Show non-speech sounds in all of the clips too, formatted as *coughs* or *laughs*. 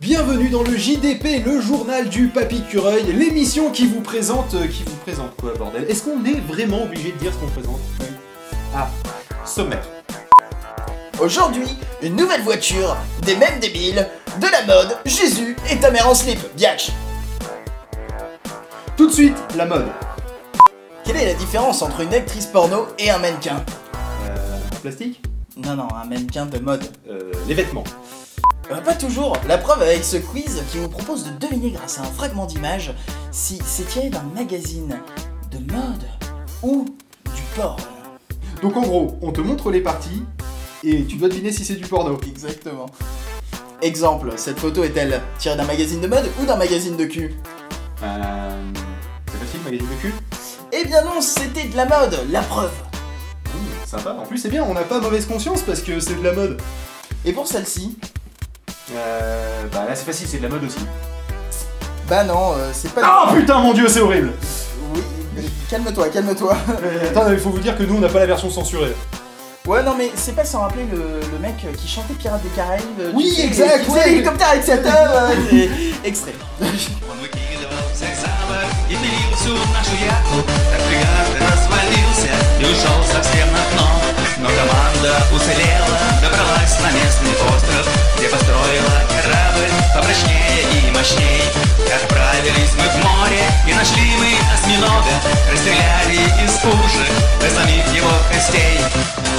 Bienvenue dans le JDP, le journal du Papy Cureuil, l'émission qui vous présente. euh, Qui vous présente quoi, bordel Est-ce qu'on est vraiment obligé de dire ce qu'on présente Ah, sommaire. Aujourd'hui, une nouvelle voiture, des mêmes débiles, de la mode, Jésus et ta mère en slip, biatch Tout de suite, la mode. Quelle est la différence entre une actrice porno et un mannequin Euh, plastique Non, non, un mannequin de mode. Euh, Les vêtements. Euh, pas toujours, la preuve avec ce quiz qui vous propose de deviner grâce à un fragment d'image si c'est tiré d'un magazine de mode ou du porno. Donc en gros, on te montre les parties et tu dois deviner si c'est du porno. Exactement. Exemple, cette photo est-elle tirée d'un magazine de mode ou d'un magazine de cul Euh. C'est facile, magazine de cul Eh bien non, c'était de la mode, la preuve Mmh, Sympa. En plus, c'est bien, on n'a pas mauvaise conscience parce que c'est de la mode. Et pour celle-ci, Euh. Bah là, c'est facile, c'est de la mode aussi. bah non, euh, c'est pas... Oh putain, mon dieu, c'est horrible *laughs* Oui, mais calme-toi, calme-toi. *laughs* Euh, Attends, il faut vous dire que nous, on n'a pas la version censurée. Ouais, non, mais c'est pas sans rappeler le, le mec qui chantait Pirates des Caraïbes. euh, Oui, tu sais, exact, qui faisait ouais. l'hélicoptère avec sa teub, euh, c'est extrait. Он выкидывал всех за борт и пилил всю нашу яхту. Так фрегат развалился и ушел совсем на дно. Но команда уцелела, добралась на местный остров, где построила корабль попрочнее и мощней. И отправились мы в море и нашли мы осьминога. Расстреляли из пушек, разломив его костей.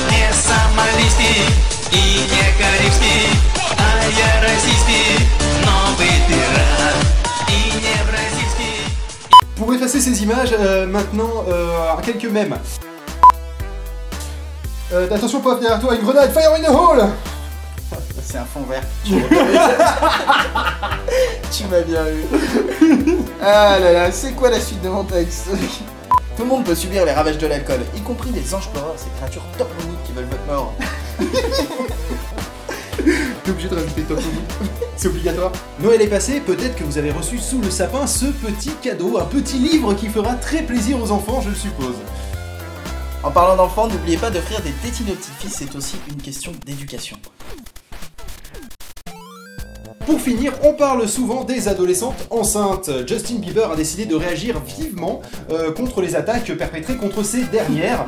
Не сомалийский и не карибский, а я российский, новый пират. И не бразильский. Pour effacer ces images, euh, maintenant, euh, quelques mèmes. Euh, attention, Pop, derrière toi, une grenade, fire in the hole C'est un fond *laughs* vert. tu m'as bien eu. Ah là là, c'est quoi la suite de mon texte Tout le monde peut subir les ravages de l'alcool, y compris les anges horreurs, ces créatures tormuniques qui veulent votre mort. T'es obligé de rajouter Top C'est obligatoire. Noël est passé, peut-être que vous avez reçu sous le sapin ce petit cadeau, un petit livre qui fera très plaisir aux enfants, je le suppose. En parlant d'enfants, n'oubliez pas d'offrir des tétines aux petites filles, c'est aussi une question d'éducation. Pour finir, on parle souvent des adolescentes enceintes. Justin Bieber a décidé de réagir vivement euh, contre les attaques perpétrées contre ces dernières.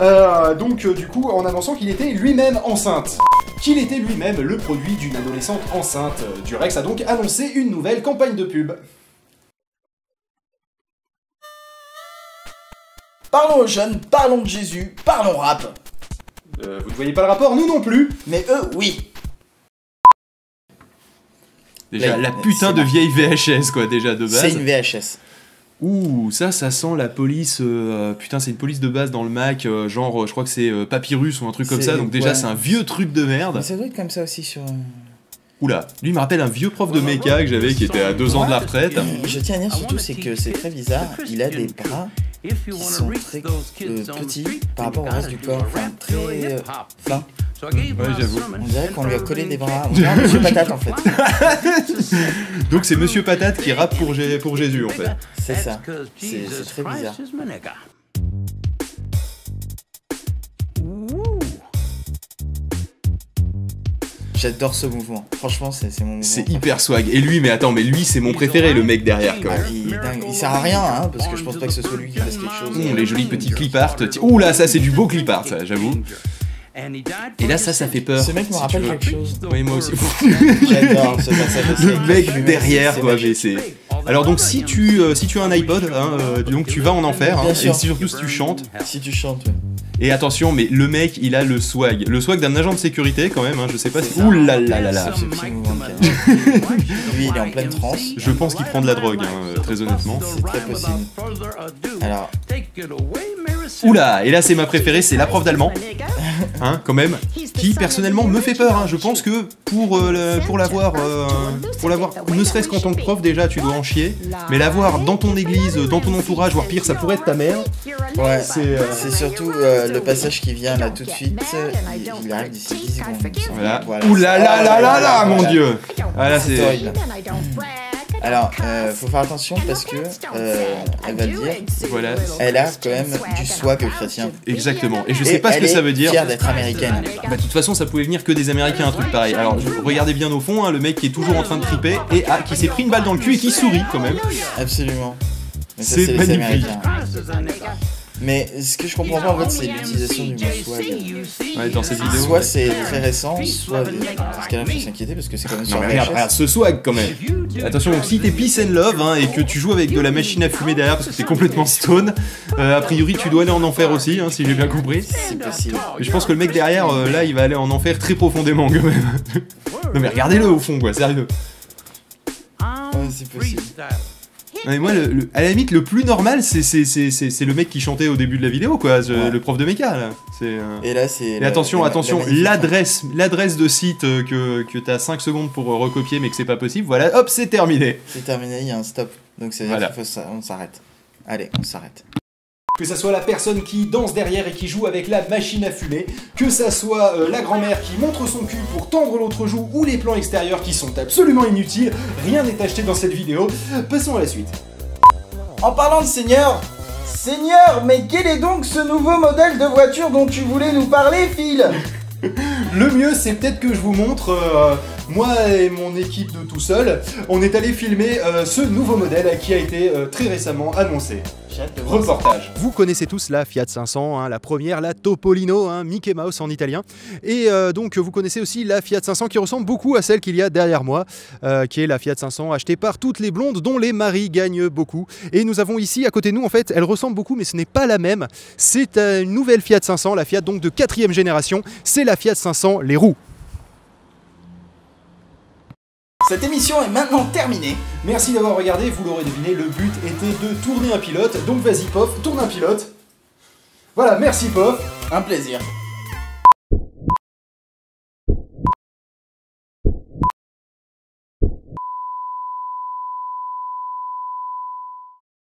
Euh, donc, euh, du coup, en annonçant qu'il était lui-même enceinte. Qu'il était lui-même le produit d'une adolescente enceinte. Euh, Durex a donc annoncé une nouvelle campagne de pub. Parlons aux jeunes, parlons de Jésus, parlons rap. Euh, vous ne voyez pas le rapport, nous non plus Mais eux, oui. Déjà, Là, la il- putain c'est de la- vieille VHS, quoi, déjà, de C'est base. une VHS. Ouh, ça, ça sent la police. euh, putain, c'est une police de base dans le Mac, euh, genre, euh, je crois que c'est euh, Papyrus ou un truc comme C'est- ça, donc déjà, ouais. c'est un vieux truc de merde. ça doit être comme ça aussi sur. euh, Oula, lui il me rappelle un vieux prof de méca que j'avais qui était à deux ans de la retraite. *coughs* Je tiens à dire surtout, c'est que c'est très bizarre. Il a des bras qui sont très, euh, petits par rapport au reste du corps, enfin très euh, fins. Ouais, j'avoue. On dirait qu'on lui a collé des bras. On dirait un monsieur patate en fait. Donc c'est Monsieur Patate qui rappe pour, Jé- pour Jésus en fait. C'est ça. C'est c'est très bizarre. J'adore ce mouvement. Franchement, c'est c'est mon mouvement. C'est hyper swag. Et lui, mais attends, mais lui c'est mon préféré, le mec derrière quand Ah, même. il, est dingue. Il sert à rien, hein, parce que je pense pas que ce soit lui qui fasse quelque chose. Mmh, les jolis petits clip art. Ti- Ouh là, ça c'est du beau clip art, ça, j'avoue. Et là, ça, ça fait peur. Ce mec me si rappelle tu veux. quelque *laughs* chose. Oui, *laughs* moi aussi. J'adore ce passage aussi. le mec derrière, C'est quoi, magique. mais c'est. Alors donc si tu euh, si tu as un iPod, hein, euh, donc tu vas en enfer. hein, Bien et sûr. surtout si tu chantes. Si tu chantes, ouais. Et attention, mais le mec, il a le swag. Le swag d'un agent de sécurité quand même, hein, je sais pas si... Ouh là là là là c'est absolument dingue. *laughs* Lui, il est en pleine transe. Je pense qu'il prend de la drogue, hein, très honnêtement. C'est très possible. Alors, Oula, et là c'est ma préférée, c'est la prof d'allemand, hein, quand même, qui personnellement me fait peur. hein. Je pense que pour, euh, le- pour l'avoir, euh, pour l'avoir, ne serait-ce qu'en tant que prof déjà, tu dois en chier. Mais l'avoir dans ton église, dans ton entourage, voire pire, ça pourrait être ta mère. Ouais, c'est, euh, C'est surtout euh, le passage qui vient là tout de suite. euh, Il, il arrive d'ici 10 secondes. Voilà. Voilà. Ouh là là là là là, Voilà. mon dieu. Ah là, C'est c'est. horrible. Alors, euh, faut faire attention parce que, euh, elle va le dire, Voilà. elle a quand même du swag chrétien. Exactement. Et je sais pas ce elle que ça est veut dire. fière d'être américaine. Bah, de toute façon, ça pouvait venir que des Américains, un truc pareil. Alors, je- regardez bien au fond, hein, le mec qui est toujours en train de triper et ah, qui s'est pris une balle dans le cul et qui sourit quand même. Absolument. Mais ça, C'est c'est les magnifique. Américains. Mais ce que je comprends pas en fait, c'est l'utilisation du mot swag. Ouais, dans cette vidéo. Soit ouais. c'est très récent, soit. Parce qu'elle faut s'inquiéter parce que c'est quand même Non, sur mais regarde, regarde VHS. ce swag quand même. Attention, si t'es peace and love hein, et que tu joues avec de la machine à fumer derrière parce que t'es complètement stone, euh, a priori tu dois aller en enfer aussi, hein, si j'ai bien compris. C'est possible. Mais je pense que le mec derrière, euh, là, il va aller en enfer très profondément quand même. *laughs* non mais regardez-le au fond, quoi, sérieux. Ouais, c'est possible. Non, mais moi, le- le- à la limite, le plus normal, c'est c'est- c'est- c'est- c'est le mec qui chantait au début de la vidéo, quoi, ce- Ouais. le prof de méca, là. C'est. euh, Et là, c'est. Et attention, la- la- attention, la magnifique- l'adresse, l'adresse de site euh, que, que t'as 5 secondes pour euh, recopier mais que c'est pas possible, voilà, hop, c'est terminé. C'est terminé, il y a un stop. Donc c'est Voilà. dire qu'il faut s'a- on s'arrête. Allez, on s'arrête. Que ça soit la personne qui danse derrière et qui joue avec la machine à fumer, que ça soit euh, la grand-mère qui montre son cul pour tendre l'autre joue ou les plans extérieurs qui sont absolument inutiles, rien n'est acheté dans cette vidéo. Passons à la suite. En parlant de Seigneur, Seigneur, mais quel est donc ce nouveau modèle de voiture dont tu voulais nous parler, Phil Le mieux, c'est peut-être que je vous montre, euh, moi et mon équipe de tout seul, on est allé filmer euh, ce nouveau modèle qui a été euh, très récemment annoncé. Reportage. Vous connaissez tous la Fiat 500, hein, la première, la Topolino, hein, Mickey Mouse en italien. Et euh, donc vous connaissez aussi la Fiat 500 qui ressemble beaucoup à celle qu'il y a derrière moi, euh, qui est la Fiat 500 achetée par toutes les blondes dont les maris gagnent beaucoup. Et nous avons ici à côté de nous, en fait, elle ressemble beaucoup, mais ce n'est pas la même. C'est euh, une nouvelle Fiat 500, la Fiat donc de quatrième génération. C'est la Fiat 500 les roues. Cette émission est maintenant terminée. Merci d'avoir regardé, vous l'aurez deviné, le but était de tourner un pilote. Donc vas-y, Pof, tourne un pilote. Voilà, merci Pof. Un plaisir.